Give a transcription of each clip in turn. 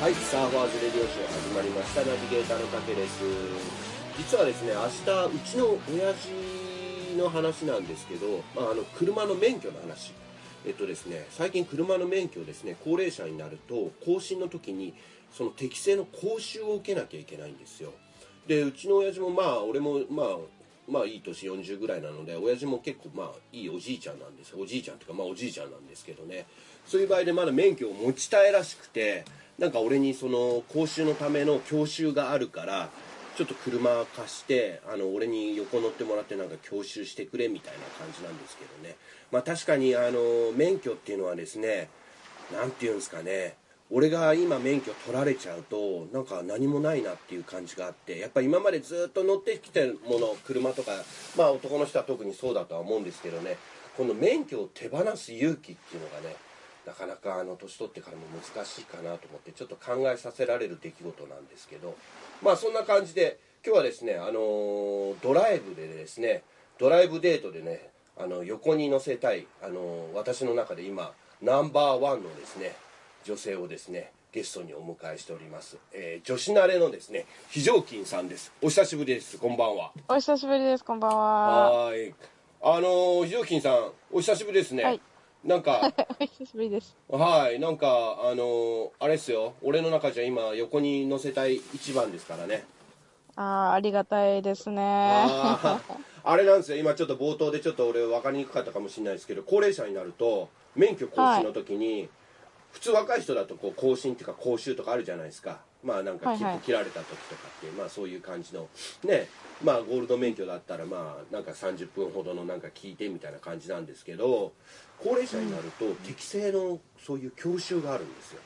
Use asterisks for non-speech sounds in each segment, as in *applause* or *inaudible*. はい、サーファーズレディオショー始まりました。ナビゲーターのかけです。実はですね、明日、うちの親父の話なんですけど、まあ、あの、車の免許の話。えっとですね、最近車の免許をですね、高齢者になると、更新の時に、その適正の講習を受けなきゃいけないんですよ。で、うちの親父もまあ、俺もまあ、まあいい年40ぐらいなので、親父も結構まあいいおじいちゃんなんですよ。おじいちゃんというかまあおじいちゃんなんですけどね。そういう場合でまだ免許を持ちたいらしくて、なんか俺にその講習のための教習があるから、ちょっと車貸して、あの、俺に横乗ってもらってなんか教習してくれみたいな感じなんですけどね。まあ確かにあの、免許っていうのはですね、なんていうんですかね俺が今免許取られちゃうとなんか何もないなっていう感じがあってやっぱ今までずっと乗ってきてるもの車とかまあ男の人は特にそうだとは思うんですけどねこの免許を手放す勇気っていうのがねなかなかあの年取ってからも難しいかなと思ってちょっと考えさせられる出来事なんですけどまあそんな感じで今日はですねあのードライブでですねドライブデートでねあの横に乗せたいあの私の中で今ナンバーワンのですね女性をですねゲストにお迎えしております、えー女子慣れのですね非常勤さんですお久しぶりですこんばんはお久しぶりです、こんばんは。はーいあのー非常勤さんお久しぶりですね、はいなんか *laughs* *laughs* お久しぶりです。はいなんかあのーあれっすよ俺の中じゃ今横に乗せたい一番ですからねああ、ありがたいですね。あーあれなんですよ今ちょっと冒頭でちょっと俺分かりにくかったかもしれないですけど高齢者になると免許更新の時に、普通若い人だとこう更新っていうか講習とかあるじゃないですかまあなんかはい切はい符切られた時とかって、まあそういう感じのねまあゴールド免許だったらまあなんか30分ほどのなんか聞いてみたいな感じなんですけど高齢者になると適正のそういう教習があるんですよ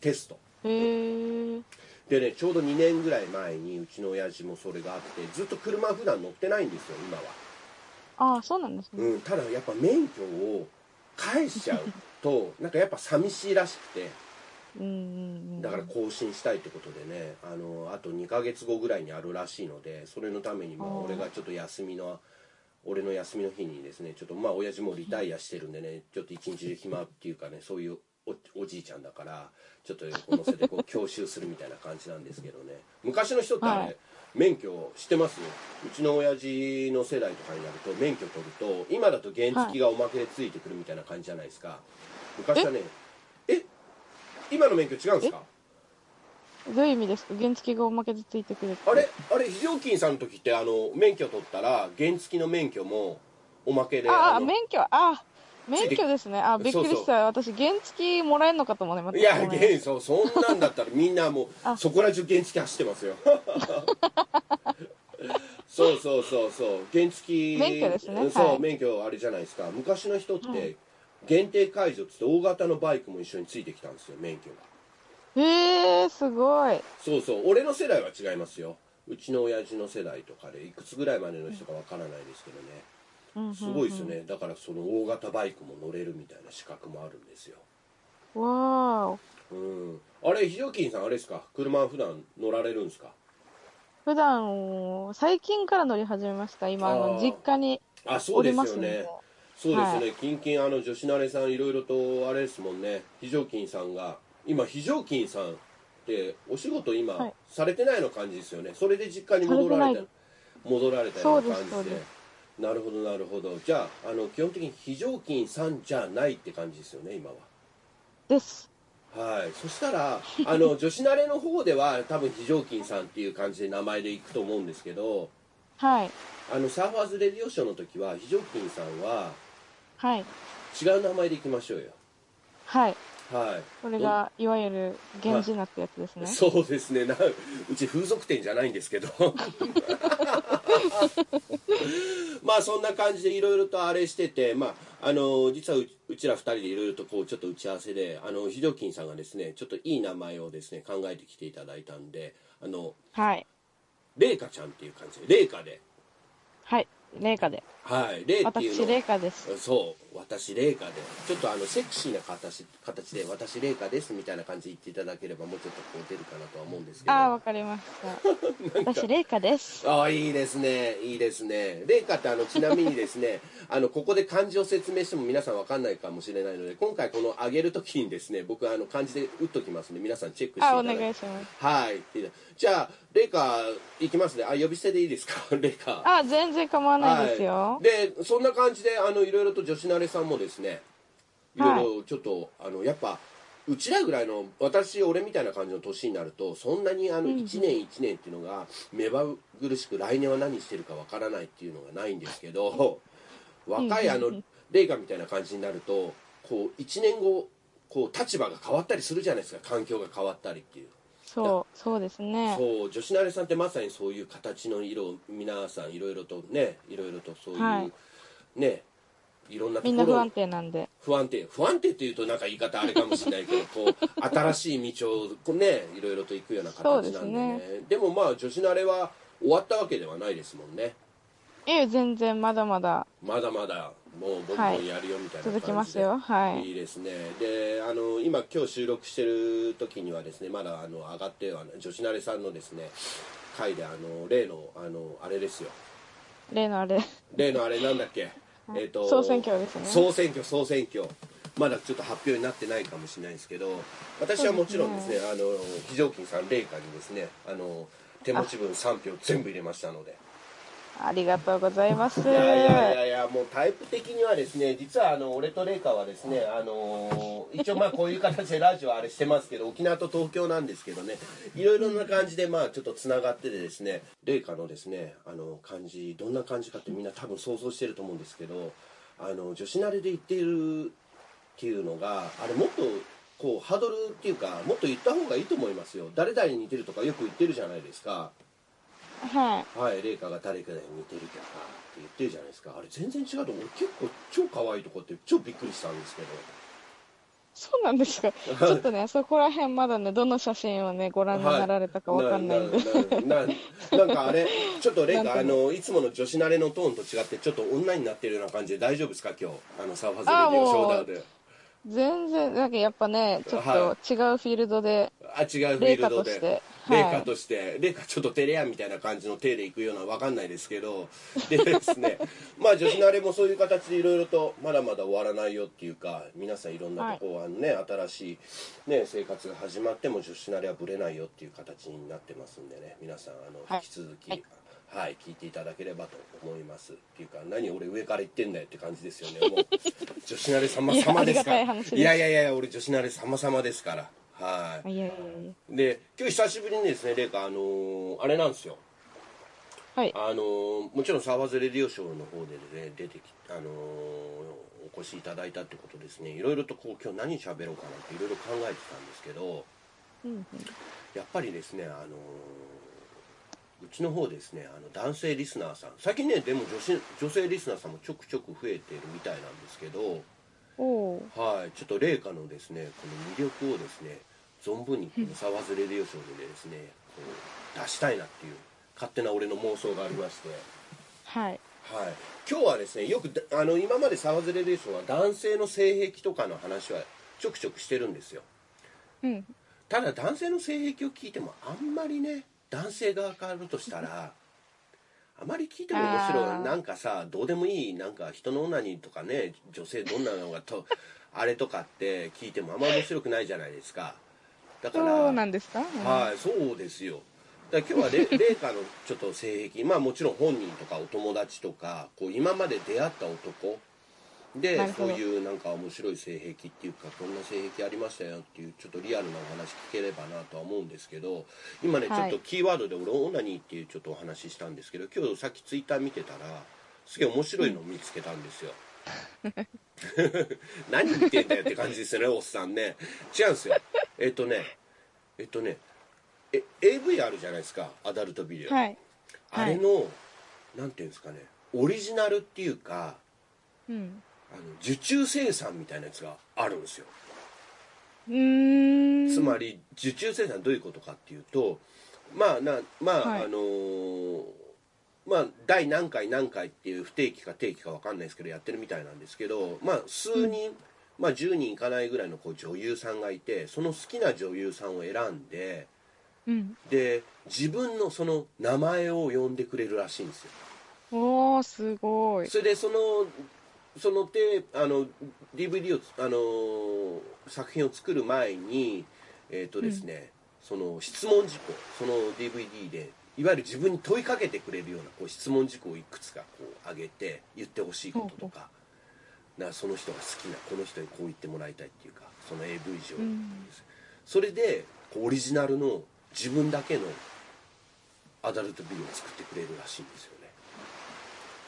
テストへえ。でねちょうど2年ぐらい前にうちの親父もそれがあってずっと車普段乗ってないんですよ今はああ、そうなんですね。うん、ただやっぱ免許を返しちゃうと *laughs* なんかやっぱ寂しいらしくてうんうんうん。だから更新したいってことでねあのあと2ヶ月後ぐらいにあるらしいのでそれのためにまああー俺がちょっと休みの俺の休みの日にですねちょっとまあ親父もリタイアしてるんでねちょっと一日中暇っていうかねそういうおおじいちゃんだからちょっと横乗せてこう教習するみたいな感じなんですけどね昔の人ってあれ、はい免許知ってますうちの親父の世代とかになると免許取ると今だと原付がおまけでついてくるみたいな感じじゃないですか昔はねえ今の免許違うんですかどういう意味ですか原付がおまけでついてくるってあれあれ非常勤さんの時ってあの免許取ったら原付の免許もおまけであああ、の免許、ああ、つい免て許ですね。あびっくりそうそうした。私、原付もらえるのかと思いまいしやた。原そうそんなんだったらみんなもうあそこら中原付走って *laughs* ますよそうそうそうそう原付免許ですねそう、はい免許あれじゃないですか昔の人って限定解除っつって大型のバイクも一緒についてきたんですよ免許がへえ、すごい。そうそう俺の世代は違いますようちの親父の世代とかでいくつぐらいまでの人かわからないですけどね、うんうんすごいですよね、だからその大型バイクも乗れるみたいな資格もあるんですよわーお。うんあれ非常勤さんあれですか車普段乗られるんですか普段、最近から乗り始めました。今、ああーの、実家にあそおうでりますすよねので。そうですよね、近々あの女子慣れさんいろいろとあれですもんね非常勤さんが今非常勤さんってお仕事今、はいされてないの感じですよねそれで実家に戻られされてたない戻られたような感じそうでですそうでなるほどなるほどじゃああの基本的に非常勤さんじゃないって感じですよね今はです。はい、そしたらあの女子慣れの方では多分非常勤さんっていう感じで名前でいくと思うんですけどはい。あのサーファーズレディオショーの時は非常勤さんははい。違う名前でいきましょうよはい。はいこれが、いわゆる、源氏名ってやつですね。そうですねなうち風俗店じゃないんですけどまあそんな感じでいろいろとあれしててまああの実はううちら二人でいろいろとこうちょっと打ち合わせであの非常勤さんがですねちょっといい名前をですね考えてきていただいたんであのはい。レイカちゃんっていう感じでレイカではい。レイカで。はいレイっていう私、のレイカです。そう私麗華でちょっとあのセクシーな形形で私麗華ですみたいな感じで言っていただければもうちょっとこう出るかなとは思うんですけどああ、わかり *laughs* ました。私、レイカです。ああいいですねいいですね麗華ってあのちなみにですねあのここで漢字を説明しても皆さんわかんないかもしれないので今回この上げるときにですね僕あの漢字で打っときますので皆さんチェックしていあ、おただ願いていします。はいってじゃあ麗華行きますねあ呼び捨てでいいですか *laughs* 麗華あ、全然構わないですよは。い、でそんな感じであのいろいろと女子慣れさんもですねいろはいいろちょっと、あのやっぱうちらぐらいの私俺みたいな感じの年になるとそんなにあのうんうん1年1年っていうのが目まぐるしく来年は何してるかわからないっていうのがないんですけど若いあうのんうんレイカみたいな感じになるとこう1年後こう立場が変わったりするじゃないですか環境が変わったりっていうそう、そうですね。そう女子慣れさんってまさにそういう形の色を皆さんいろいろとねいろいろとそういう、はいねいろんなとみこんろな不安定なんで。不安定不安定っていうとなんか言い方あれかもしれないけどこう新 *laughs* しい道をこうねいろいろと行くようなそう形でなすんでねねでもまあ女子慣れは終わったわけではないですもんねいえ、全然まだまだまだまだもうボンボンやるよみたいな感じで、続きますよ。はいい。いですねであの今今日収録してる時にはですねまだあの上がっては女子慣れさんのですね回であの例のあのあれですよ例のあれ。例のあれなんだっけ、えっ、と総選挙ですね総選挙総選挙まだちょっと発表になってないかもしれないですけど私はもちろんですねあの非常勤さん麗華にですねあの手持ち分3票全部入れましたのでありがとうございます。いやいやいやいやもうタイプ的にはですね実はあの俺とレイカはですねあのー一応まあこういう形でラジオあれしてますけど沖縄と東京なんですけどねいろいろな感じでまあちょっとつながっててですねレイカのですねあの感じどんな感じかってみんな多分想像してると思うんですけどあの女子慣れで言っているっていうのがあれもっとこうハードルっていうかもっと言った方がいいと思いますよ誰々に似てるとかよく言ってるじゃないですかはい。はい、麗華が誰かに似てるとかって言ってるじゃないですかあれ全然違うと思う結構超可愛いとこって超びっくりしたんですけどそうなんですか。ちょっとね、そこら辺まだね、どの写真をね、ご覧になられたかわかんないんで。ななななんかあれちょっと麗なん華とあのいつもの女子慣れのトーンと違ってちょっと女になってるような感じで大丈夫ですか今日あのサーファーズレディオショーダーで全然、なんかやっぱね、ちょっと違うフィールドで、あ違うフィールド麗華としでて麗はい華として麗華、ちょっと照れ屋みたいな感じの手でいくようなわかんないですけどでですね *laughs* まあ女子慣れもそういう形でいろいろとまだまだ終わらないよっていうか皆さんいろんなとこ、あのね新しい、ね、生活が始まっても女子慣れはぶれないよっていう形になってますんでね皆さんあの、はい引き続き、ははいい聞いていただければと思いますっていうか何俺上から言ってんだよって感じですよね *laughs* もう女子慣れ様々ですからいやありがたい話ですいやいやいや俺女子慣れ様々ですからはいあいやいやいや。で今日久しぶりにですね麗華あのーあれなんですよはい。あのーもちろんサーバーズレディオショーの方で、ね、出てきあのーお越しいただいたってことですねいろいろとこう今日何喋ろうかなっていろいろ考えてたんですけどうんうんやっぱりですねあのーうちの方ですねあの男性リスナーさん最近ねでも女子女性リスナーさんもちょくちょく増えてるみたいなんですけどおーはい、ちょっと麗華のですねこの魅力をですね存分にこの「沢ズレディオショー」でですねこう出したいなっていう勝手な俺の妄想がありまして、はい。はい、今日はですねよくだあの今まで「沢ズレディオショー」は男性の性癖とかの話はちょくちょくしてるんですようん。ただ男性の性癖を聞いてもあんまりね男性側からだとした *laughs* らあまり聞いても面あ白いーなんかさどうでもいいなんか人のオナニーとかね女性どんなのがとあれとかって聞いてもあんま面白くないじゃないですかだからそうなんですかうんはいそうですよだから今日は *laughs* れ麗華のちょっと性癖まあもちろん本人とかお友達とかこう今まで出会った男なでるほそうどいうなんか面白い性癖っていうかこんな性癖ありましたよっていうちょっとリアルなお話聞ければなとは思うんですけど今ねちょはっいとキーワードで俺オナニーっていうちょっとお話ししたんですけど今日さっきツイッター見てたらすげえ面白いの見つけたん *laughs* ですよ *laughs* 何言ってんだよって感じですよねおっさんね違うんですよえっとねえっとねえ AV あるじゃないですかアダルトビデオ、はい。あれのなんていうんですかねオリジナルっていうかうん。あの受注生産みたいなやつがあるんですようーん。つまり受注生産どういうことかっていうとまあなまあ、はいあのーまあ、第何回何回っていう不定期か定期か分かんないですけどやってるみたいなんですけど、まあ、数人、まあ、10人いかないぐらいのこう女優さんがいてその好きな女優さんを選んでうん。で自分のその名前を呼んでくれるらしいんですよおー、すごい。それでそのその手あの DVD をつあのー作品を作る前にえっ、とですね、その質問事項その DVD でいわゆる自分に問いかけてくれるようなこう質問事項をいくつかこう上げて言ってほしいこととかだからその人が好きなこの人にこう言ってもらいたいっていうかその AV 上、うんそれでこうオリジナルの自分だけのアダルトビデオを作ってくれるらしいんですよね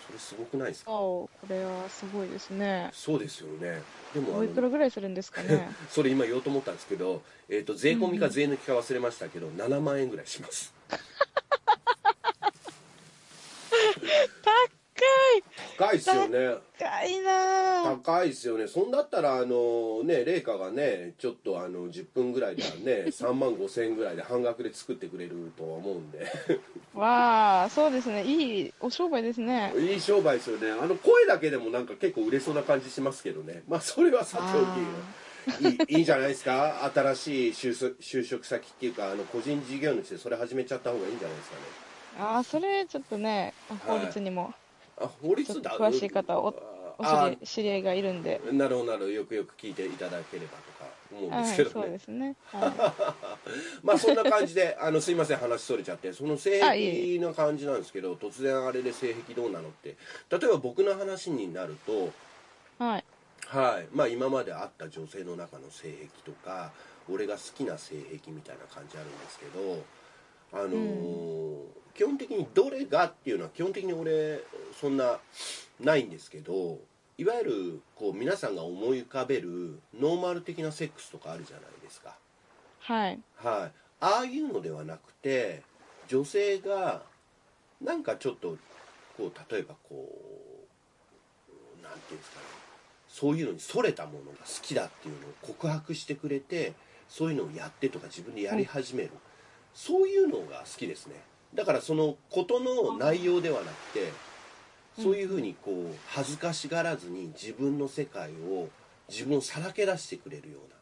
それすごくないですかおー、これはすごいですね。そうですよねでもおいあくのらぐらいするんです *laughs* かね。それ今言おうと思ったんですけど、えー、と税込みか税抜きか忘れましたけど、7万円ぐらいします高いっすよね高いなー。高いっすよねそんだったらあのね麗華がねちょっとあの10分ぐらいではね3万5千円ぐらいで半額で作ってくれるとは思うんでわー、そうですね。いいお商売ですね。いい商売ですよねあの声だけでもなんか結構売れそうな感じしますけどねまあそれはさておきあーいいいい *laughs* んじゃないですか新しい就職就職先っていうかあの個人事業主でそれ始めちゃった方がいいんじゃないですかねあー、それちょっとね、法律にもあ法ちょっ律とだ詳しい方おおあ知り知り合いがいるんで。なるほどなるほどよくよく聞いていただければとか思うんはでい、すそけうどね、ですね。はまあそんな感じで *laughs* あのすいません話それちゃってその性あい癖な感じなんですけど突然あれで性癖どうなのって例えば僕の話になるとい。はい。はいまあ今まであった女性の中の性癖とか俺が好きな性癖みたいな感じあるんですけどあのー基本的にどれがっていうのは基本的に俺そんなないんですけどいわゆるこう皆さんが思い浮かべるノーマル的なセックスとかあるじゃないですかはい。はい、ああいうのではなくて女性がなんかちょっとこう例えばこうなんていうんですかねそういうのにそれたものが好きだっていうのを告白してくれてそういうのをやってとか自分でやり始める、そういうのが好きですねだからそのことの内容ではなくてそういうふうにこう恥ずかしがらずに自分の世界を自分をさらけ出してくれるような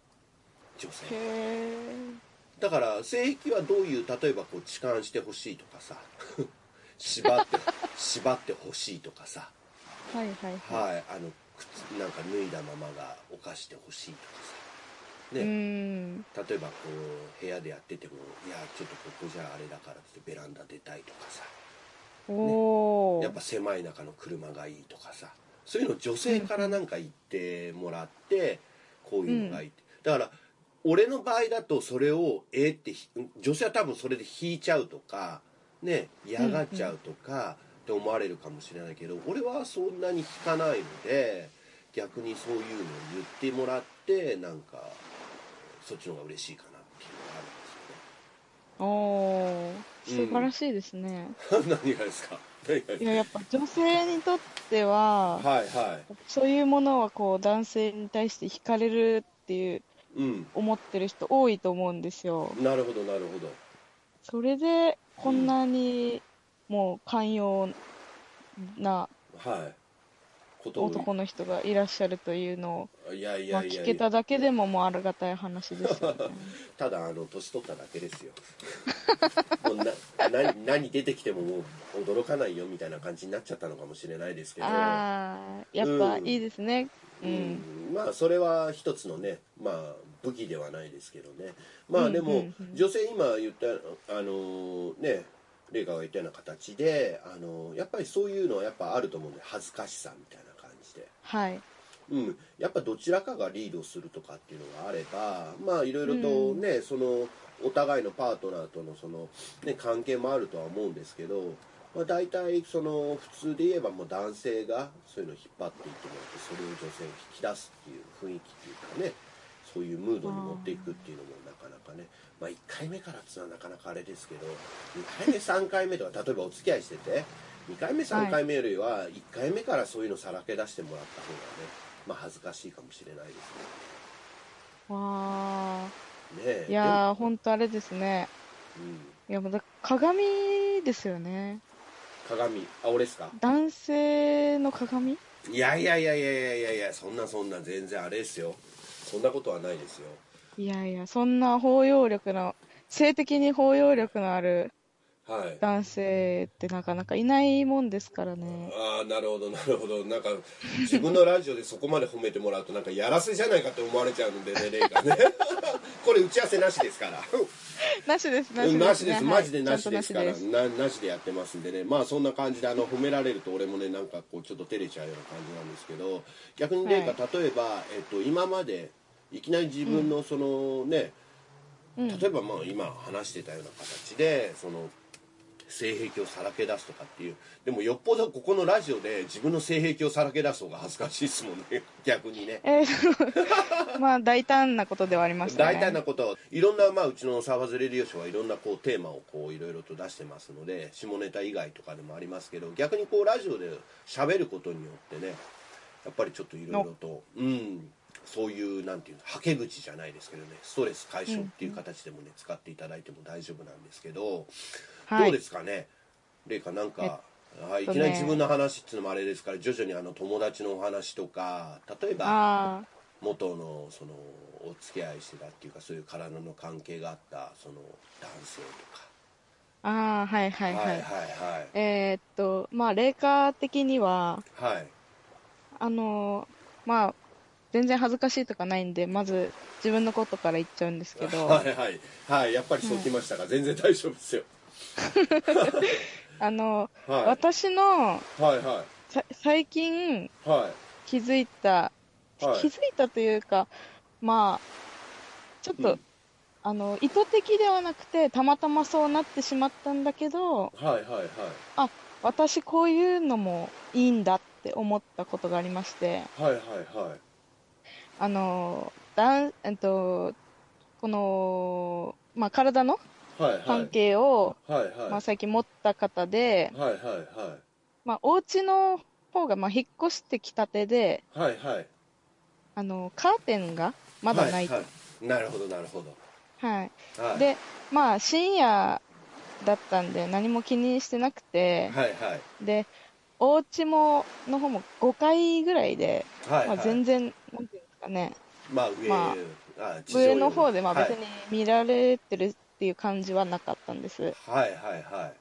女性へー。だから性癖はどういう例えばこう痴漢してほしいとかさ *laughs* 縛って縛ってほしいとかさはいはいはい。はいあの靴なんか脱いだままが犯してほしいとかさうねーん。例えばこう部屋でやっててもいやちょっとここじゃあれだからってベランダ出たいとかさおー。やっぱ狭い中の車がいいとかさそういうの女性からなんか言ってもらって、こういうのがいいって、だから俺の場合だとそれをえーってひ女性は多分それで引いちゃうとかね嫌がっちゃうとかって思われるかもしれないけど、俺はそんなに引かないので逆にそういうのを言ってもらってなんかそっちの方が嬉しいかなっていおー。素晴らしいですね。うのがあるんですよね。 *laughs* 何がですか何がですいや、やっぱ女性にとってはか、はいはそういうものはこう男性に対して惹かれるっていうい。うん。思ってる人多いと思うんですよ。なるほどなるほど。それでこんなにもう寛容なはい。ことを男の人がいらっしゃるというのいやいを、まやあ、いや聞いけやただけでももうありがたい話ですよね。ただあの年取っただけですよもうな何 *laughs* 何出てきてももう驚かないよみたいな感じになっちゃったのかもしれ *laughs* ないですけどああ、やっぱいいですね。う。うんんまあそれは一つのねまあ武器ではないですけどねまあでも、うんうんうん女性今言ったあのね麗華が言ったような形であのやっぱりそういうのはやっぱあると思うんで恥ずかしさみたいな感じではい。うん、やっぱどちらかがリードするとかっていうのがあればまあいろいろとね、そのお互いのパートナーとのその、ね、関係もあるとは思うんですけど、まあ、大体その普通で言えばもう男性がそういうのを引っ張っていってもらってそれを女性を引き出すっていう雰囲気っていうかねそういうムードに持っていくっていうのもなかなかねまあ1回目からっていうのはなかなかあれですけど2回目3回目とか例えばお付き合いしてて2回目3回目よりは1回目からそういうのさらけ出してもらった方がねまあ恥ずかしいかもしれないですわあ。ねねえいやー、ほんとあれですね。でもうんいや、もうだ鏡ですよね。鏡あ俺っすか男性の鏡いやいやいやいやいやいやいやそんなそんな全然あれですよそんなことはないですよいやいや、そんな包容力の、性的に包容力のあるはい男性ってなかなかいないもんですからね。ああなるほどなるほどなんか自分のラジオでそこまで褒めてもらうとなんかやらせじゃないかと思われちゃうんでねレイがね *laughs* これ打ち合わせなしですからなしです、なうしんでなすしです、ねマジでなしですかはらいちゃんとなしななしでやってますんでねまあそんな感じであの褒められると俺もねなんかこうちょっと照れちゃうような感じなんですけど逆に麗華、例えば、えっと、今までいきなり自分のそのね、うん例えばまあ今話してたような形でその性癖をさらけ出すとかっていうでもよっぽどここのラジオで自分の性癖をさらけ出す方が恥ずかしいですもんね *laughs* 逆にねえー *laughs* まあ大胆なことではありましたね。大体なことをいろんな、まあ、うちのサーバーズレディオショーはいろんなこうテーマをこういろいろと出してますので下ネタ以外とかでもありますけど逆にこうラジオで喋ることによってねやっぱりちょっといろいろと、うん、そういうなんていうのはけ口じゃないですけどねストレス解消っていう形でもね、使っていただいても大丈夫なんですけど、はどういで。すかね麗華なんか、はい、いときねなり自分の話っていうのもあれですから徐々にあの友達のお話とか例えばああ、元のそのお付き合いしてたっていうかそういう体の関係があったその男性ああ、はいはといかはい。はいえーっと、まあ霊化的には、はいはいあのまあ、全然恥ずかしいとかないんで、まず自分のことから言っちゃうんですけど、はいはいはいやっぱりそうきましたが、全然大丈夫ですよあの、は私のいはいはさ最近いは気づいた、いはい気づいたというか、まあ、ちょっと、うんあの、意図的ではなくて、たまたまそうなってしまったんだけど、はいはいはい私こういうのもいいんだって思ったことがありまして、はいはいはいあの、だん、えっと、この、まあ、体のはいはい関係を、はいはいまあ、最近持った方で、はいはまあ、お家の方が、まあ、引っ越してきたてで、いはいはいはいあの、カーテンがまだないと。ははいはいなるほどなるほどい。はいで、まあ、深夜だったんで、何も気にしてなくて、はいはいで、お家も、の方も5階ぐらいで、はいまはあ、い全然、なんていうんですかね、まあ上、まあ地上よ上りの方で、まあ、はい別に見られてるっていう感じはなかったんです。はいはいはい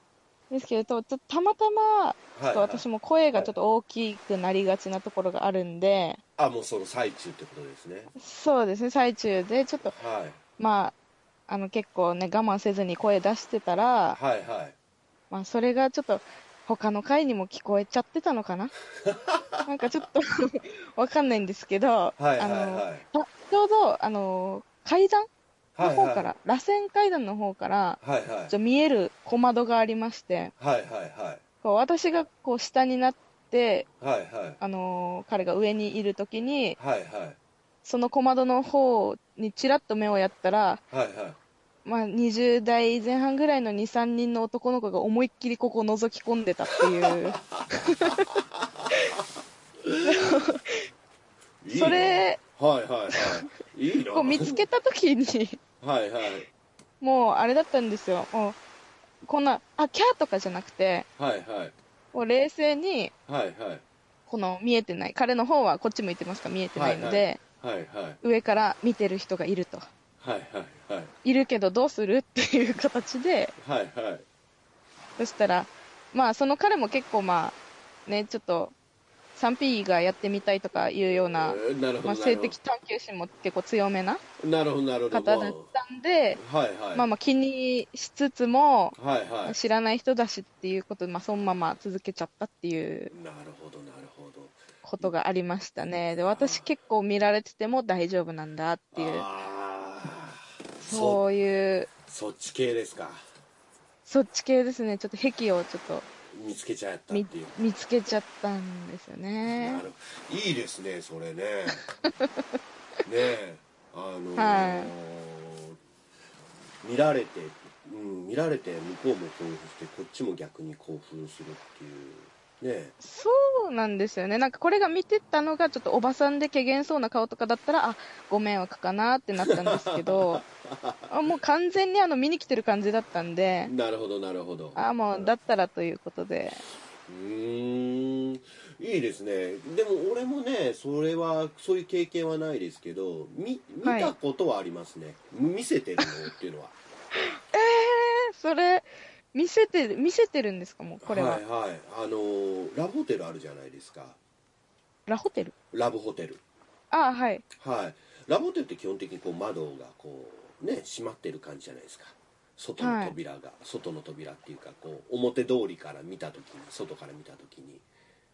ですけれど、ちょっとたまたま、ちょっと私も声がちょっと大きくなりがちなところがあるんで、あもうその最中ってことですねそうですね、最中で、ちょっと、はいまあ、あの、結構ね、我慢せずに声出してたら、はいはいまあ、それがちょっと、他の回にも聞こえちゃってたのか *laughs* ななんかちょっと、 *laughs* わかんないんですけど、はいはいあのはいたちょうど、あの、階段のはい方から、螺旋階段の方から、はいはいちょ見える小窓がありまして、はいはいはいこう私がこう下になって、はいはいあの彼が上にいるときに、はいはいその小窓の方にちらっと目をやったら、はいはいまあ、20代前半ぐらいの2、3人の男の子が思いっきりここを覗き込んでたっ *laughs* ていう、いいなそれはいはいはいいいなこう見つけた時に、 *laughs* はいはいもうあれだったんですよ。もうこんな、あ、キャーとかじゃなくて、はいはいもう冷静に、はいはいこの見えてない、彼の方はこっち向いてますから見えてないので、はいはいはい上から見てる人がいると。はいはいはいいるけどどうするっていう形で、はいはいそしたら、まあその彼も結構まあ、ね、ちょっと、3P がやってみたいとかいうような、えーなるほどまなあ、るほど性的探求心も結構強めななるほどなるほど方もうだったんで、はいはいまあまあ気にしつつも、はいはい知らない人だしっていうことで、まあそのまま続けちゃったっていうなるほどなるほどことがありましたね。で、私結構見られてても大丈夫なんだっていう、ああそそういう、そっち系ですかそっち系ですね。ちょっと癖をちょっと見つけちゃったっ見ていう見つけちゃったんですよねな。るいいですねそ *laughs* れねねえあのーは見られて、うん、見られて向こうも興奮してこっちも逆に興奮するっていうねそうなんですよね。なんかこれが見てたのが、ちょっとおばさんで怪げそうな顔とかだったら、あ、ご迷惑かなってなったんですけ *laughs* ど、あもう完全にあの見に来てる感じだったんえで、なるほどなるほどあ、もうだったらということで、うーんいいですねでも俺もねそれはそういう経験はないですけど見見はいたことはありますね、見せてるのっていうのはえそれ見せてる見せてるんですかもうこれは、いはいあのーラブホテルあるじゃないですかラホテルラブホテルああはいはいラブホテルって基本的にこう窓がこうね閉まってる感じじゃないですか外の扉が、外の扉っていうかこう表通りから見た時に外から見た時に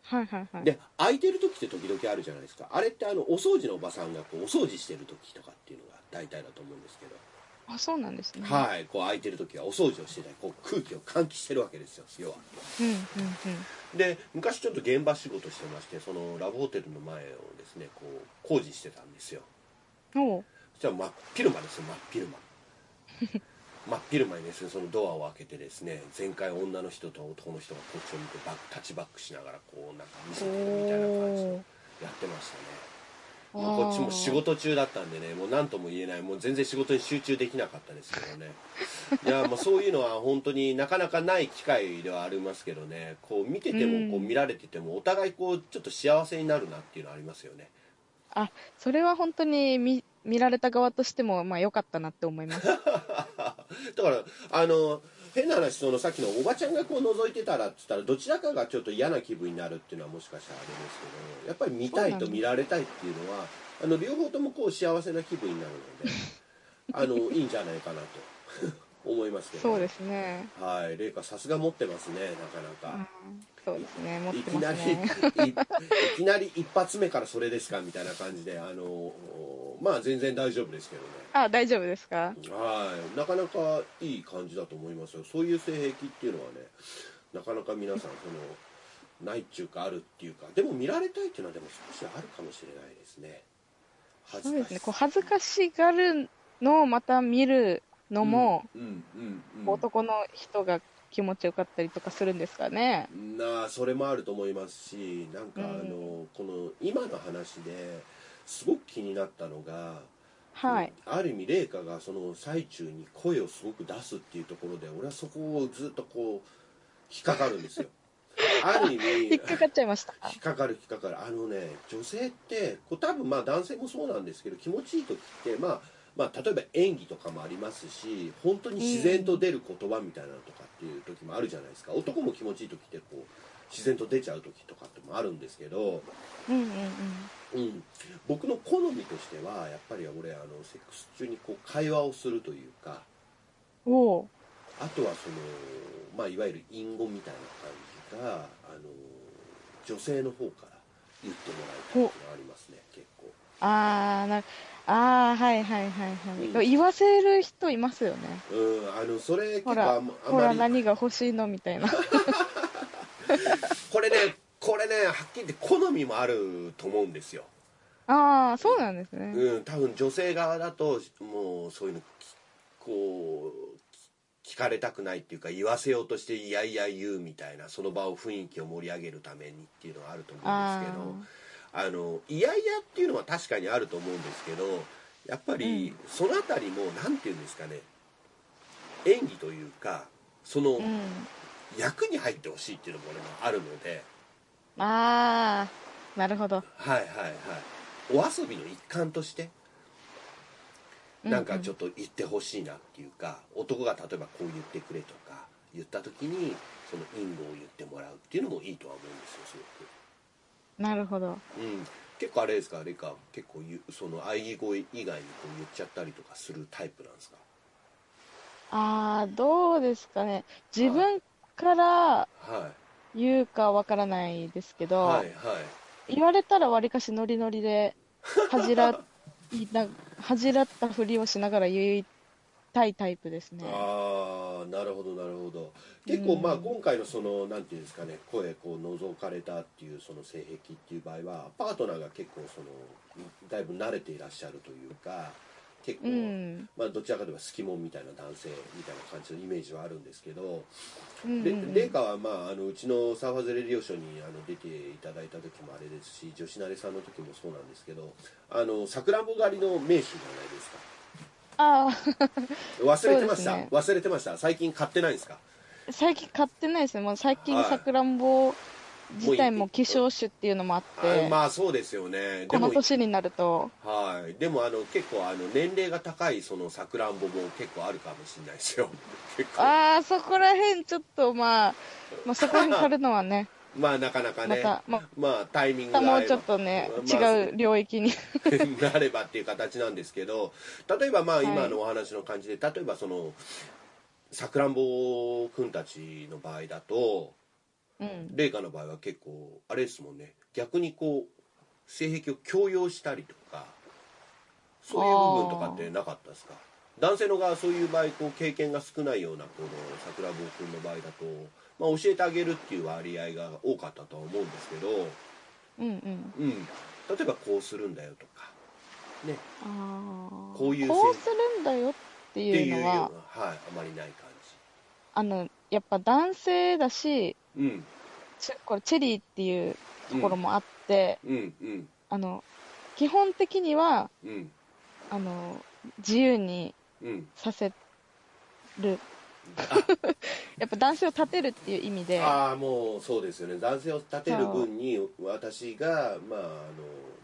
はいはいはいで空いてる時って時々あるじゃないですかあれってあのお掃除のおばさんがこうお掃除してる時とかっていうのが大体だと思うんですけど、あそうなんですねはいこう空いてる時はお掃除をしてたりこう空気を換気してるわけですよ要はうんうんうんで昔ちょっと現場仕事してましてそのラブホテルの前をですねこう工事してたんですよおうそしたら真っ昼間ですよ真っ *laughs* 昼間真っ昼間にですねそのドアを開けてですね全開女の人と男の人がこっちを見てバックタッチバックしながらこうなんか見せてるみたいな感じでおーやってましたねあーまあこっちも仕事中だったんでねもう何とも言えないもう全然仕事に集中できなかったですけどねいやもうそういうのは本当になかなかない機会ではありますけどねこう見ててもこううん見られててもお互いこうちょっと幸せになるなっていうのはありますよねあそれは本当に見見られた側としてもまあ良かったなって思います *laughs* だからあの変な話そのさっきのおばちゃんがこう覗いてたらっつったらどちらかがちょっと嫌な気分になるっていうのはもしかしたらあれですけどやっぱり見たいと見られたいっていうのはあの両方ともこう幸せな気分になるの *laughs* であのいいんじゃないかなと *laughs* 思いますけど、そうですねはい麗華さすが持ってますねなかなか。うんそうですね持っいてきまなり、すねいい *laughs* きなり一発目からそれですかみたいな感じで、あの、まあ全然大丈夫ですけどね。あ大丈夫ですかはい、なかなかいい感じだと思いますよ。そういう性癖っていうのはね、なかなか皆さん、その、ないっていうか、あるっていうか、でも見られたいっていうのは、でも少しあるかもしれないですね。恥そうずかですしねこう恥ずかしがるのをまた見るのも、うん、うん、うん。男の人が気持ちよかったりとかするんですかねなあそれもあると思いますしなんかあうんの、この今の話ですごく気になったのが、はい、ある意味麗華がその最中に声をすごく出すっていうところで俺はそこをずっとこう引っかかるんです *laughs* よある意味引っかかっちゃいました引っかかる引っかかるあのね女性ってこう多分まあ男性もそうなんですけど気持ちいい時ってまあまあ例えば演技とかもありますし本当に自然と出る言葉みたいなのとかっていう時もあるじゃないですか、男も気持ちいい時ってこう自然と出ちゃう時とかってもあるんですけど、うんうんうんうん、僕の好みとしてはやっぱり俺あのセックス中にこう会話をするというかおうあとはその、まあ、いわゆる隠語みたいな感じがあの女性の方から言ってもらいたいっていうのはありますね結構あーなあーはいはいはいはい、うんでも言わせる人いますよねうんあのそれ結ほ構らあんまあんほらまり何が欲しいのみた *laughs* いなこれねこれねはっきり言って好みもあると思うんですよ、ああそうなんですね、うん、多分女性側だともうそういうのきこうき聞かれたくないっていうか言わせようとしていやいや言うみたいなその場を雰囲気を盛り上げるためにっていうのはあると思うんあですけどーあのいやいやっていうのは確かにあると思うんですけどやっぱりそのあたりも何て言うんですかね演技というかそのう役に入ってほしいっていうのも俺もあるので、んああなるほどはいはいはいお遊びの一環としてなんかちょっとと言ってほしいなっていうか、男が例えばこう言ってくれとか言った時にその因果を言ってもらうっていうのもいいとは思うんですよすなるほどごく、うん、結構あれですかあれか結構ゆその喘ぎ声以外にこう言っちゃったりとかするタイプなんですかああどうですかね自分からは言うかわからないですけいど、はいはい言われたらわりかしノリノリで恥じらい *laughs* な恥じらったふりをしながら言いたいタイプですねああなるほどなるほど結構うんまあ今回のそのなんていうんですかね声こう覗かれたっていうその性癖っていう場合はパートナーが結構そのだいぶ慣れていらっしゃるというか結構、うんまあ、どちらかといえば隙間みたいな男性みたいな感じのイメージはあるんですけど、うんうんでうん麗華は、まあ、あのうちのサーファーズレディオショーにあの出ていただいた時もあれですし女子慣れさんの時もそうなんですけどあのさくらんぼ狩りの名手じゃないですかああ忘れてましそた、うですね忘れてました最近買ってないんですか *laughs* 最近買ってないですね。もう最近はいさくらんぼ自体も希少種っていうのもあって、あまあそうですよねでこのも年になると、はいでもあの結構あの年齢が高いそのさくらんぼも結構あるかもしれないですよ *laughs* 結構ああ、そこら辺ちょっとまあ、まあ、そこら辺買るのはね、まあなかなかまねた、ままあタイミングたがも合うえちばょっとね、まあ違う領域に。 *laughs* なればっていう形なんですけど例えばまあはい今のお話の感じで、例えばそのさくらんぼくんたちの場合だとうん。麗華の場合は結構あれですもんね逆にこう性癖を強要したりとかそういう部分とかってなかったですか男性の側はそういう場合こう経験が少ないようなこのさくらんぼくんの場合だと、まあ、教えてあげるっていう割合が多かったとは思うんですけど、うんうん。うん、例えばこうするんだよとかねああ。こういうこうするんだよってっていいうよううのな、はは、い、あまりない感あの、やっぱ男性だし、じ。うん。ちこれチェリーっていうところも。もあって、うん、うん、あの、基本的には、うん、あの、自由にうん。させる。 *laughs* やっぱ男性を立てるっていう意味で、ああ、もうそうですよね。男性を立てる分に、私が、まあ、あの、も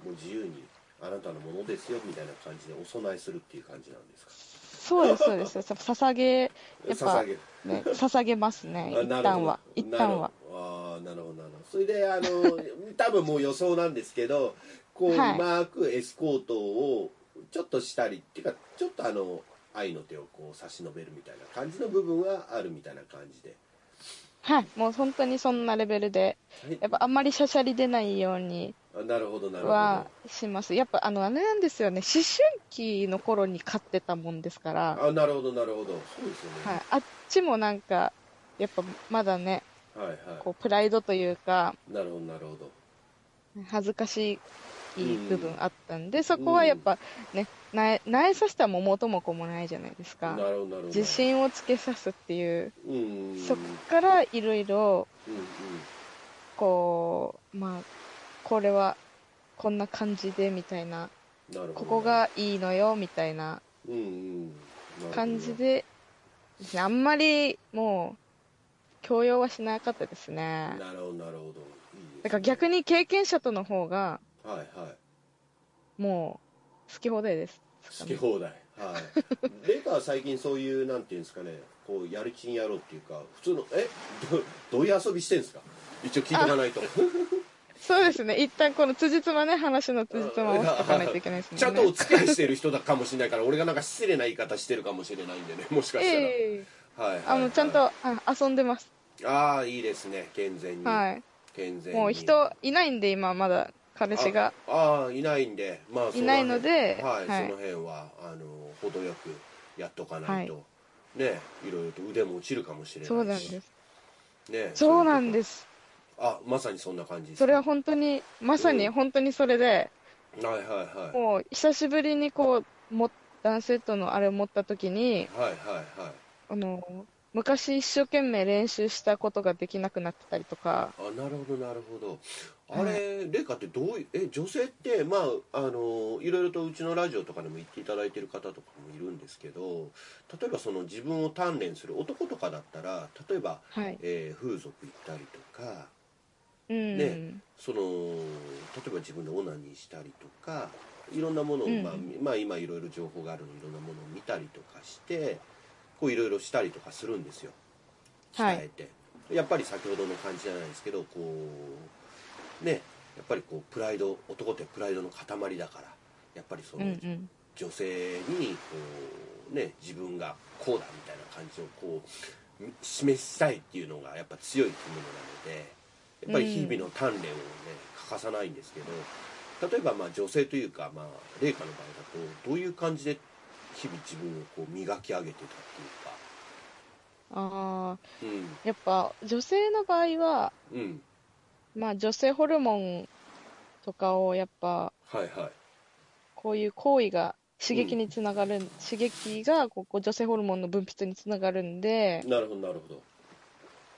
う自由に、あなたのものですよ、みたいな感じでお供えするっていう感じなんですか。そうです、そうです。やっぱ捧げ、やっぱ捧、げる。ね、捧げますね、あな一るほ旦どは。一なるほ旦は。。どああ、なるほど、なるほど。それで、あの、多分もう予想なんですけど、こう、うはいまくエスコートを、ちょっとしたり、っていうか、ちょっとあの、愛の手をこう差し伸べるみたいな感じの部分はあるみたいな感じで。はい、もう本当にそんなレベルで、はいやっぱあんまりしゃしゃり出ないようにあなるほどなるほどはします。やっぱあの、あれなんですよね、思春期の頃に飼ってたもんですから、あなるほどなるほどそうですよはねい、あっちもなんか、やっぱまだね、はいはいこうプライドというか、なるほどなるほど恥ずかしい部分あったんで、そこはやっぱね、なえなえさせたらも元も子もないじゃないですなかる。ほどなるほど自信をつけさすっていう、うんうんうんそっからいろいろ、うんこう、まあ、これはこんな感じでみたいな、なるほどここがいいのよみたいなうんうんなるほど感じで、ですねあんまりもう、強要はしなかったですね。なるほどなるほどいいですねだから逆に経験者との方が、はいはいもう、好き放題です。好き放題 *laughs* はいレイカは最近そういうなんていうんですかねこうやる気にやろうっていうか普通のえ *laughs* どどういう遊びしてんですか一応聞いてかないとそうですね。一旦この辻褄ね、話の辻褄 *laughs* をしていかないといけないですね。ちゃんとお付き合いしてる人だかもしれないから俺がなんか失礼な言い方してるかもしれないんでねもしかしたら、ええはいはいあの、ちゃんと、あ遊んでます。ああいいですね健全に、はい。健全にもう人いないんで、今まだ、彼氏が。ああいないんでまあそ辺いないのではい、はいその辺はあの程よくやっとかないと、ねいろいろと腕も落ちるかもしれないしそうなんです。ねそうなんですす。あまさにそんな感じですそれは本当に、まさにうん本当にそれで、はいはいはいもう、久しぶりにこう、も、男性とのあれを持った時に、はいはいはいあの、昔一生懸命練習したことができなくなってたりとか、あなるほどなるほどあれ、レイカってどういうえ女性ってまああのいろいろとうちのラジオとかでも言っていただいてる方とかもいるんですけど例えばその自分を鍛錬する男とかだったら例えば、はい。えー風俗行ったりとかうん。ねその例えば自分でオナニーしたりとかいろんなものを、うんまあまあ、今いろいろ情報があるのでいろんなものを見たりとかしてこういろいろしたりとかするんですよ伝はいえて、やっぱり先ほどの感じじゃないですけどこうねやっぱりこうプライド男ってプライドの塊だからやっぱりそうんうの、ん。女性にこう、ね、自分がこうだみたいな感じをこうみ示したいっていうのがやっぱ強い生き物なのでやっぱり日々の鍛錬をね欠かさないんですけど例えばまあ女性というか、まあ、麗華の場合だとどういう感じで日々自分をこう磨き上げてたっああ、ていうかやっぱ女性の場合は、うんうんまあ女性ホルモンとかをやっぱはいはいこういう行為が刺激につながる、刺激がこう女性ホルモンの分泌につながるんで、なるほどなるほ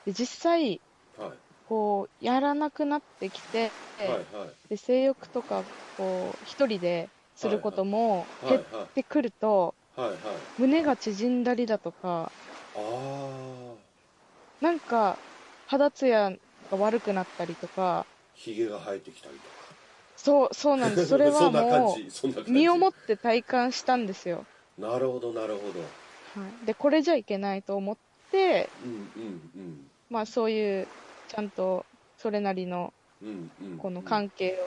で実際どはい、こうやらなくなってきて、はいはいで性欲とかこう一人ですることもはい減はっいてくるとはいはい胸が縮んだりだとか、ああなんか、肌ツヤが悪くなったりとか、ひげが生えてきたりとかそう、そうな *laughs* んです。それはんな感もじそんな感う、じ身をもって体感したんですよ。なるほどなるほどはい。で、これじゃいけないと思って、うんうんまあそういう、ちゃんと、それなりの、うんうんうんこの関係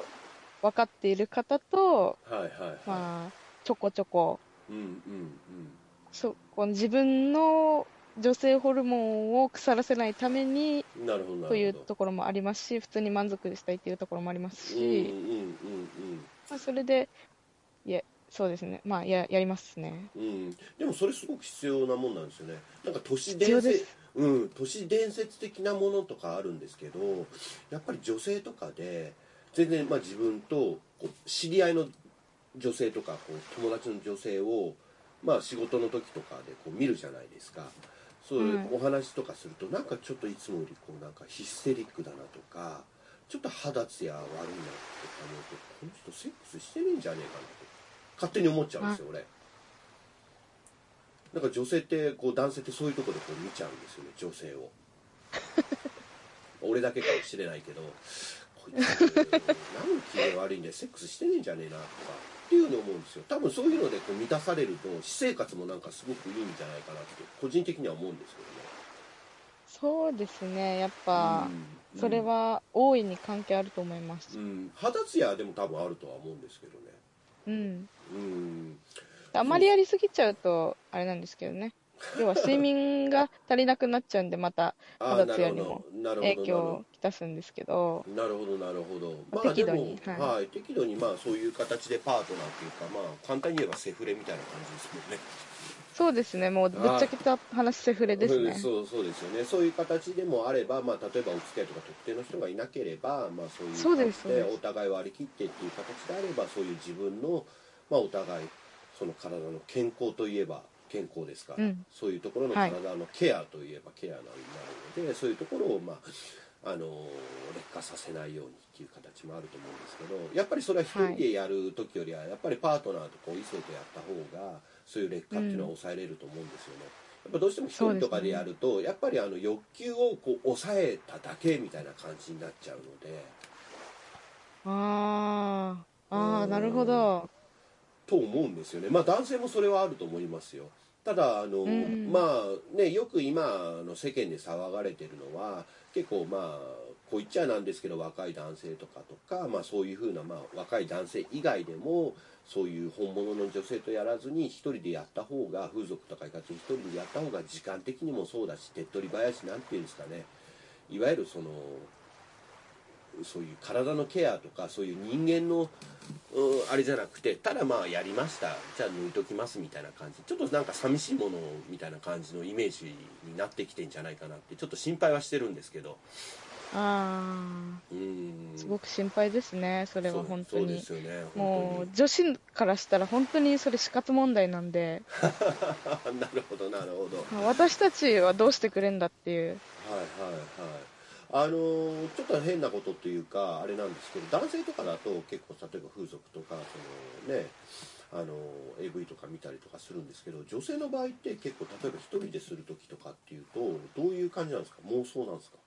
を分かっている方と、はいはいはい、まあ、ちょこちょこ、うんうんそこの自分の女性ホルモンを腐らせないためにうんなるほどなるほどというところもありますし、普通に満足したいというところもありますうんうんうんし、まあ、それで、いや、そうですね、まあ、ややりますね。うんうんでもそれすごく必要なもんなんですよねなんか都市必伝要で説すうん都市伝説的なものとかあるんですけどやっぱり女性とかで全然まあ自分とこう知り合いの女性とかこう友達の女性をまあ仕事の時とかでこう見るじゃないですかそういはいうお話とかするとなんかちょっといつもよりこうなんかヒステリックだなとかちょっと肌ツヤ悪いなとか思うとこの人セックスしてねえんじゃねえかなと勝手に思っちゃうんですよ俺なんか女性ってこう男性ってそういうとこでこう見ちゃうんですよね女性 *laughs* を俺だけかもしれないけどこいつ何気が悪いんでセックスしてねえんじゃねえなとかっていうの思うんですよ多分そういうのでこう満たされると私生活もなんかすごくいいんじゃないかなって個人的には思うんですけそうですね、やっどぱね、うんそれは大いに関係あると思いうます。ん肌ツヤでも多分あるとは思うんですけどねうん。うんあまりやりすぎちゃうと、あれなんですけどね。要は睡眠が足りなくなっちゃうんで、またあー肌なツヤるにもほどなるほど影響をきたすんですけど、なるほどなるほど、まあまあで適も度にはい、は適度にまあそういう形でパートナーっていうかまあ簡単に言えばセフレみたいな感じですもんねそうですね、もうぶっちゃけた話、セフレですね。そうそうですよねそういう形でもあれば、まあ、例えばお付き合いとか特定の人がいなければ、まあ、そういうそうです形でそうですお互い割り切ってっていう形であればそういう自分の、まあ、お互いその体の健康といえば健康ですから、うんそういうところのはい体のケアといえばケアなりになるので、そういうところを、まあ、あの劣化させないようにっていう形もあると思うんですけどやっぱりそれは一人でやる時よりはやっぱりパートナーとこう異性とやった方がそういう劣化っていうのは抑えれると思うんですよね。やっぱどうしても一人とかでやると、やっぱりあの欲求をこう抑えただけみたいな感じになっちゃうのでああ、あうあ、んなるほど。と思うんですよねまあ男性もそれはあると思いますよただあの、うんまあねよく今あの世間で騒がれてるのは結構まあこう言っちゃなんですけど若い男性とかとか、まあ、そういうふうな、まあ、若い男性以外でもそういう本物の女性とやらずに一人でやった方が風俗とかいかずに一人でやった方が時間的にもそうだし手っ取り早いしなんていうんですかねいわゆるそのそういう体のケアとかそういう人間の、うん、あれじゃなくてただまあやりましたじゃあ抜いときますみたいな感じちょっとなんか寂しいものみたいな感じのイメージになってきてんじゃないかなってちょっと心配はしてるんですけどあうーんあ、すごく心配ですね、それは本そ当うそうでに。すよねも本う、女子からしたら本当にそれ死活問題なんで、当に *laughs* なるほどなるほど私たちはどうしてくれんだっていう。はいはいはいあのーちょっと変なことというかあれなんですけど男性とかだと結構例えば風俗とかそのねあのー AV とか見たりとかするんですけど女性の場合って結構例えば一人でする時とかっていうとどういう感じなんですか妄想なんですか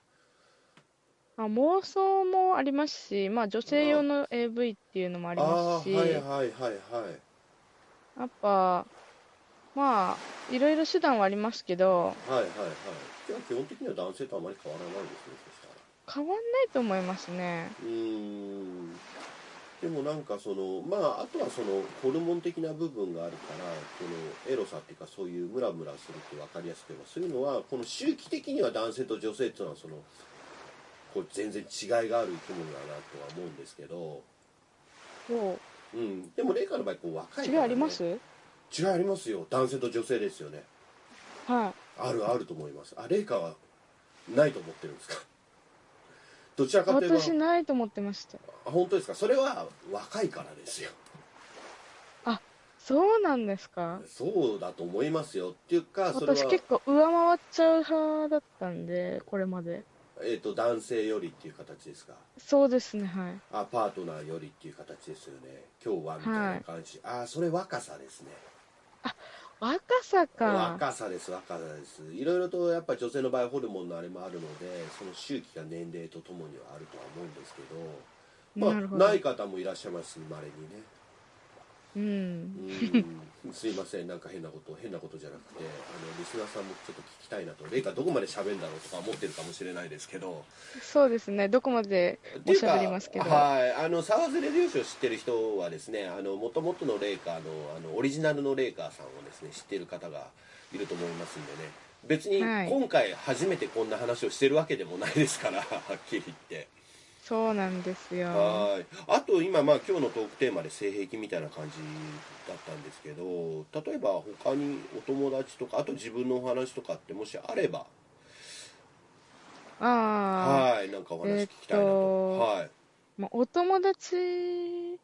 まあ、妄想もありますし、まあ女性用の AV っていうのもあありますし、ーはいはいはいはいやっぱ、まあ、いろいろ手段はありますけど、はいはいはいじゃあ基本的には男性とあまり変わらないですねそしたら変わんないと思いますね。うーんでもなんかそのまああとはそのホルモン的な部分があるからこのエロさっていうかそういうムラムラするって分かりやすく言えばそういうのはこの周期的には男性と女性っていうのはそのこう全然違いがある生き物だなとは思うんですけど、そうん、でもレイカの場合こう若う、い違かいらあねります違いありますよ男性と女性ですよねはい。あるあると思いますあレイカはないと思ってるんですかどちらかというと私ないと思ってました。あ本当ですかそれは若いからですよそうなんですかそうだと思いますよっていうかそれは私結構上回っちゃう派だったんで、これまで。えー、と男性よりっていう形ですかそうですね、はい。あパートナーよりっていう形ですよね今日はみたいな感じ、ああそれ若さですね若さか。若さです若さですいろいろとやっぱり女性の場合ホルモンのあれもあるのでその周期が年齢とともにはあるとは思うんですけど,、まなるほあ、ど。ない方もいらっしゃいますまれにねうん。うん *laughs* すいませんなんか変なこと変なことじゃなくてあのリスナーさんもちょっと聞きたいなとレイカどこまで喋るんだろうとか思ってるかもしれないですけどそうですね。どこまでおしゃべりますけど。はいあの沢鶴漁師を知ってる人はですねあの元々のレイカーのあのオリジナルのレイカーさんをですね知ってる方がいると思いますんでね別にはい今回初めてこんな話をしてるわけでもないですから *laughs* はっきり言って。そうなんですよ。はいあと今まあ今日のトークテーマで性癖みたいな感じだったんですけど例えば他にお友達とかあと自分のお話とかってもしあればああ、はいなんかお話聞きたいなと、えーっとはいまあ、お友達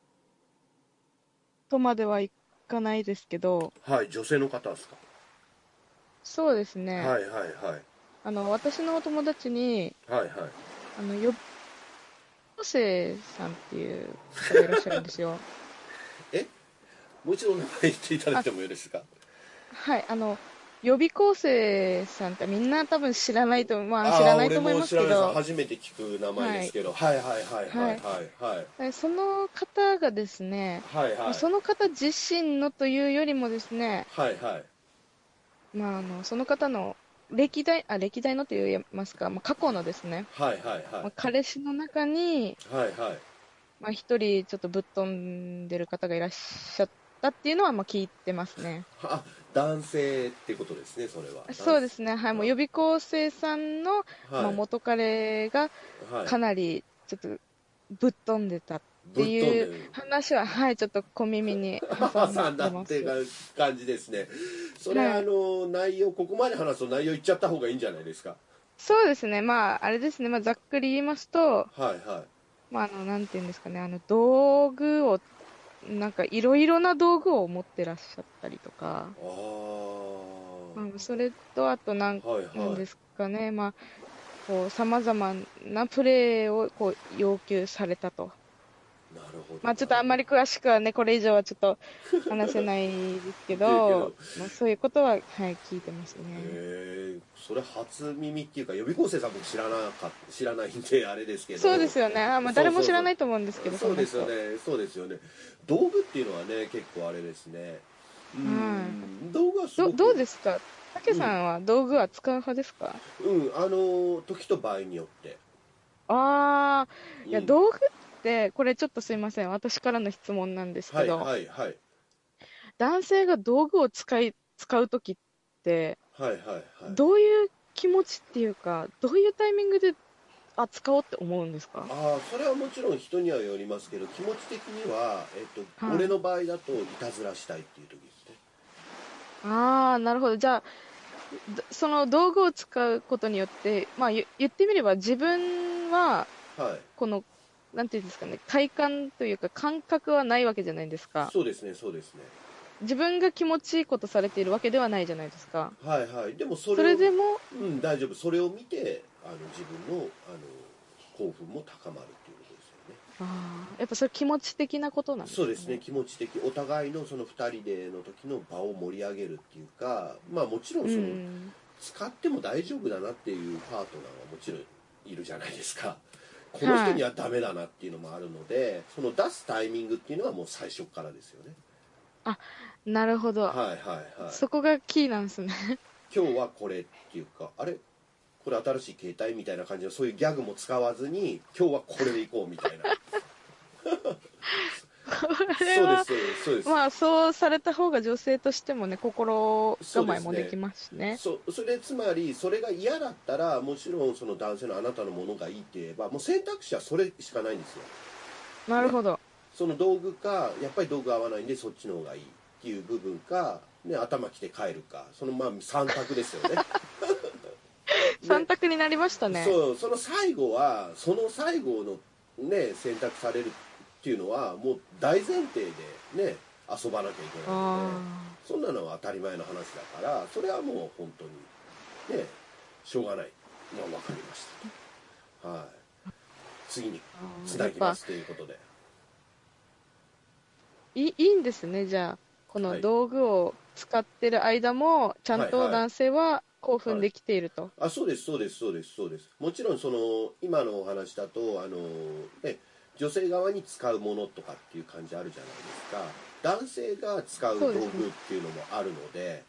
とまではいかないですけど、はい女性の方ですか、そうですね。はいはいはいあの、私のお友達に、はいはいあの、よ、女性さんっていう方がいらっしゃるんですよ。もう一度お名前言っていただいてもよろしいですかはい、あの、予備校生さんってみんな多分知らないと、まあー知らないと思い俺まもす知らけないですど、初めて聞く名前ですけど、はい、はいはいはいはいはいえその方がですね、はいはいその方自身のというよりもですね、はいはいまああの、その方の歴代、あ、歴代のと言いますか、まあ過去のですね、はいはいはいまあ、彼氏の中に、はいはいまあ一人ちょっとぶっ飛んでる方がいらっしゃったっていうのはまあ聞いてますね。あ男性ってことですねそれはそうですね、はい、もう予備校生さんの、はい、まあ、元彼がはいかなりちょっとぶっ飛んでたってぶっい飛んで *laughs* うる話は、はい、ちょっと小耳に挟母んさんだでっまてす。感じですねそれ、はいあの内容ここまで話すと内容言っちゃった方がいいんじゃないですかそうですね、まあ、あれですね、まあ、ざっくり言いますと、はいはまあ、あの、なんていうんですかね、あの、道具を、なんか、いろいろな道具を持ってらっしゃったりとか、いあまあ、それと、あと、なんあ、はいなんはでいすかね、まあ、こう、様々なプレーを、こう、要求されたと。なるほどまあちょっとあんまり詳しくはね、これ以上はちょっと話せないです *laughs* 言けうど、まあそういうことは、はい、聞いてますね。へえそれ初耳っていうか予備校生さんも知らなかっ知らないんであれですけどそうですよね。あまあ、誰も知らないと思うんですけど、そうですそよの人ねそうですよね道具っていうのはね結構あれですねうん、道具はすごどくどうですかたけさんは道具は使う派ですか、うんあの時と場合によってああ、いや、うん道具って、これちょっとすいません。私からの質問なんですけはいど、はいはい男性が道具を使い、使うときって、はいはいはいどういう気持ちっていうか、どういうタイミングで、あ、使おうって思うんですかああそれはもちろん人にはよりますけど気持ち的には、えっとはい俺の場合だといたずらしたいっていう時ですねああ、なるほど。じゃあ、どその道具を使うことによって、まあ、ゆ言ってみれば自分は、はいこの、なんていうんですかね、体感というか感覚はないわけじゃないですか。そうですねそうですね自分が気持ちいいことされているわけではないじゃないですか。はいはいでもそそれをれでも、うん大丈夫それを見てあの自分のあの興奮も高まるっていうことですよねあーやっぱそれ気持ち的なことなんですそうね。ですね気持ち的お互いのその2人での時の場を盛り上げるっていうかまあもちろんうその、ん。使っても大丈夫だなっていうパートナーはもちろんいるじゃないですかこの人にはダメだなっていうのもあるので、その出すタイミングっていうのはもう最初からですよねなるほど。はいはいはいそこがキーなんですね。今日はこれっていうかあれこれ新しい携帯みたいな感じのそういうギャグも使わずに今日はこれでいこうみたいなこれそうではすそうですそうです、 *laughs* まあ、そうされた方が女性としてもね、心構えもできますしね。そそれつまりそれが嫌だったらもちろんその男性のあなたのものがいいって言えばもう選択肢はそれしかないんですよなるほど。その道具かやっぱり道具合わないんでそっちの方がいいっていう部分か、ね、頭きて帰るかそのまあ3択ですよね *laughs* 三択になりましたね。そうその最後はその最後のね選択されるっていうのはもう大前提でね遊ばなきゃいけないのであそんなのは当たり前の話だからそれはもう本当にねしょうがないまあ分かりましたはい次につあ。なやっぎまぱすということでいいいんですね、じゃあ、こはのい道具を使ってる間も、ちゃんはいはとい男性は興奮できていると。あそうですそうですそうですそうですもちろんその今のお話だとあの、ね、女性側に使うものとかっていう感じあるじゃないですか男性が使う道そ具うっですねていうのもあるので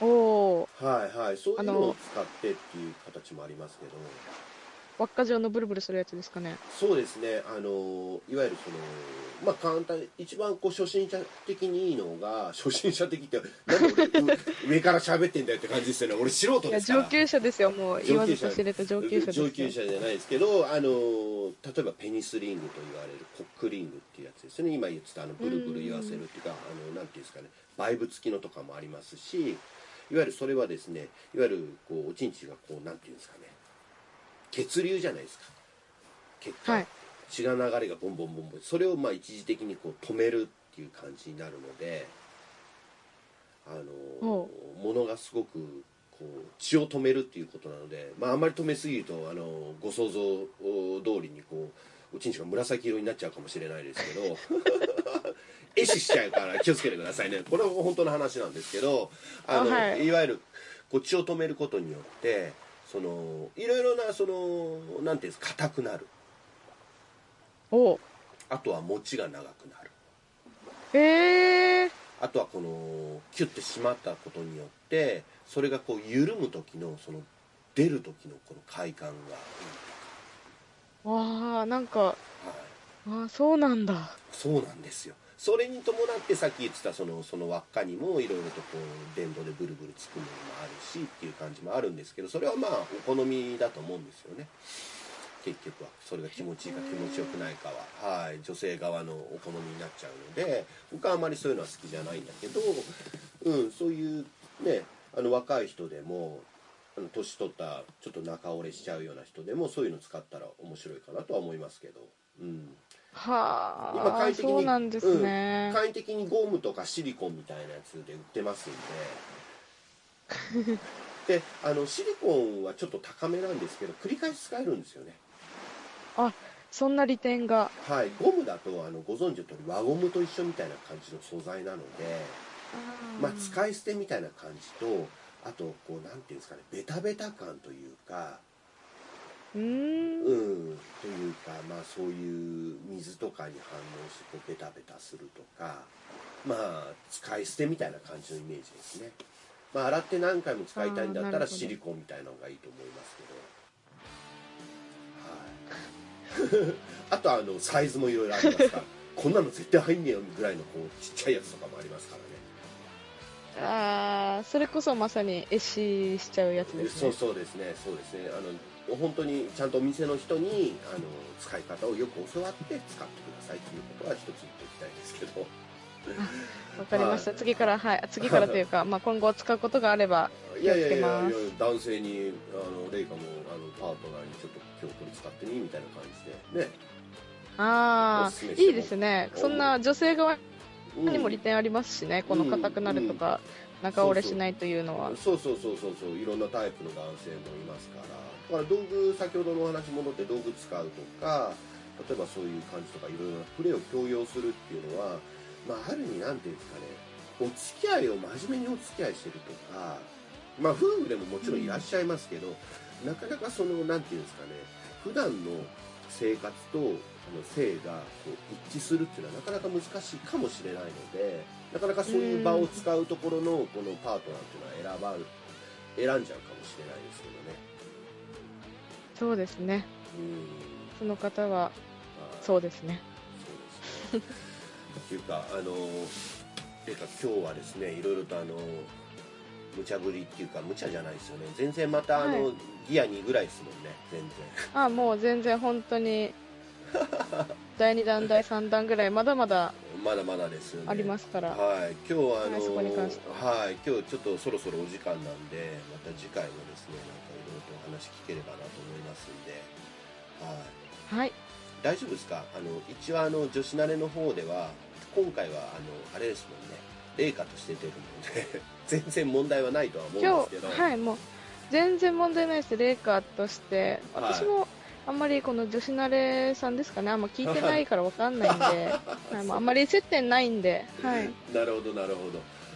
おー、はいはいそういうのあをの使ってっていう形もありますけど輪っか状のブルブルするやつですかね。そうですねあのいわゆるそのまあ簡単一番こう初心者的にいいのが初心者的ってなんで俺う上から喋ってんだよって感じですよね俺素人いでや、すから上級者ですよ、もう。言わずと知れた上級者ですよ。上級者じゃないですけどあの例えばペニスリングと言われるコックリングっていうやつですね今言ってたあのブルブル言わせるっていうかあのなんていうんですかねバイブ付きのとかもありますしいわゆるそれはですねいわゆるこうおちんちがこうなんていうんですかね血流じゃないですか血管、はい血が流れがボンボンボンボンそれをまあ一時的にこう止めるっていう感じになるのであのおものがすごくこう血を止めるっていうことなので、まあ、あまり止めすぎるとあのご想像通りにこうおちんちが紫色になっちゃうかもしれないです *laughs* けど壊死しちゃうから気をつけてくださいねこれは本当の話なんですけどあの、あはいい、わゆるこう血を止めることによってそのいろいろなそのなんていうんですか硬くなるおー。あとは持ちが長くなるえー。あとはこのキュッて締まったことによってそれがこう緩む時のその出る時のこの快感が、わー、なんか、はい、あー、そうなんだ。そうなんですよそれに伴ってさっき言ってたそのその輪っかにもいろいろとこう電動でブルブルつくものもあるしっていう感じもあるんですけどそれはまあお好みだと思うんですよね結局はそれが気持ちいいか気持ちよくないかは、はい、女性側のお好みになっちゃうので僕はあまりそういうのは好きじゃないんだけど、うん、そういうねあの若い人でもあの年取ったちょっと仲折れしちゃうような人でもそういうの使ったら面白いかなとは思いますけど。うんは今快ー、適にそうなんですね。簡易的にゴムとかシリコンみたいなやつで売ってますんでであのシリコンはちょっと高めなんですけど繰り返し使えるんですよねそんな利点が。はいゴムだとあのご存知の通り輪ゴムと一緒みたいな感じの素材なので、まあ、使い捨てみたいな感じとあとこうなんていうんですかねベタベタ感というかうーん。うんというかまあそういう水とかに反応してこうベタベタするとかまあ使い捨てみたいな感じのイメージですね、まあ、洗って何回も使いたいんだっあーたなるらほどシリコンみたいなのがいいと思いますけどはい *laughs* あとあのサイズもいろいろありますからこんなの絶対入んねえよぐらいのこうちっちゃいやつとかもありますからねあーそれこそまさに絵師しちゃうやつですそうねそうですねそうですねあの本当にちゃんとお店の人にあの使い方をよく教わって使ってくださいということは一つ言っておきたいです *laughs* けどわかりましたはい次からはい次からというかまあ今後使うことがあればいやいやいやい気をやつけ男性にあのレイカもあのパートナーにちょっと今日これ使ってみみたいな感じでね、おあすすめあしてもいいですねそんな女性側うんにも利点ありますしねこの硬くなるとか中折れしないというのはそうそうそうそうそういろんなタイプの男性もいますからだから道具先ほどのお話に戻って道具使うとか例えばそういう感じとかいろいろなプレーを強要するっていうのは、まあ、ある意味なんていうんですかねお付き合いを真面目にお付き合いしてるとか、まあ、夫婦でももちろんいらっしゃいますけど、なかなかそのなんていうんですかね普段の生活とあの性がこう一致するっていうのはなかなか難しいかもしれないのでなかなかそういう場を使うところのこのパートナーっていうのは選ばる選んじゃうかもしれないですけどねそうですねうんその方はまあそうですねそうですねっていうかあのていうか今日はですねいろいろとあの無茶ぶりっていうか無茶じゃないですよね全然またあの、はいギア2ぐらいですもんね全然あーもう全然本当 *laughs* に第2弾第3弾ぐらいまだまだまだまだですよねありますからはい、今日はあの、はいそこに関してはい、今日ちょっとそろそろお時間なんで、また次回もですね、なんかいろいろとお話聞ければなと思いますんで、はい、はい大丈夫ですかあの、一応あの、女子慣れの方では、今回はあの、あれですもんね、霊下として出るので、 *laughs* 全然問題はないとは思うん今ですけど、日はいもう全然問題ないですレイカーとしてはい私もあんまりこの女子慣れさんですかねあんま聞 *laughs* いてないからわかんないんで、はい、もうあんまり接点ないんで、はい、なるほどなるほ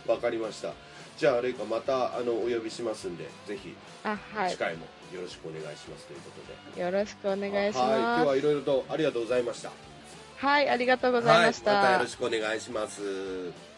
どわかりましたじゃあレイカまたあのお呼びしますんでぜひあ、は次回もよろしくお願いしますということで、い。よろしくお願いしはい今ま日はす。いろいろとありがとうございましたはい、ありがとうございました。はい、またよろしくお願いします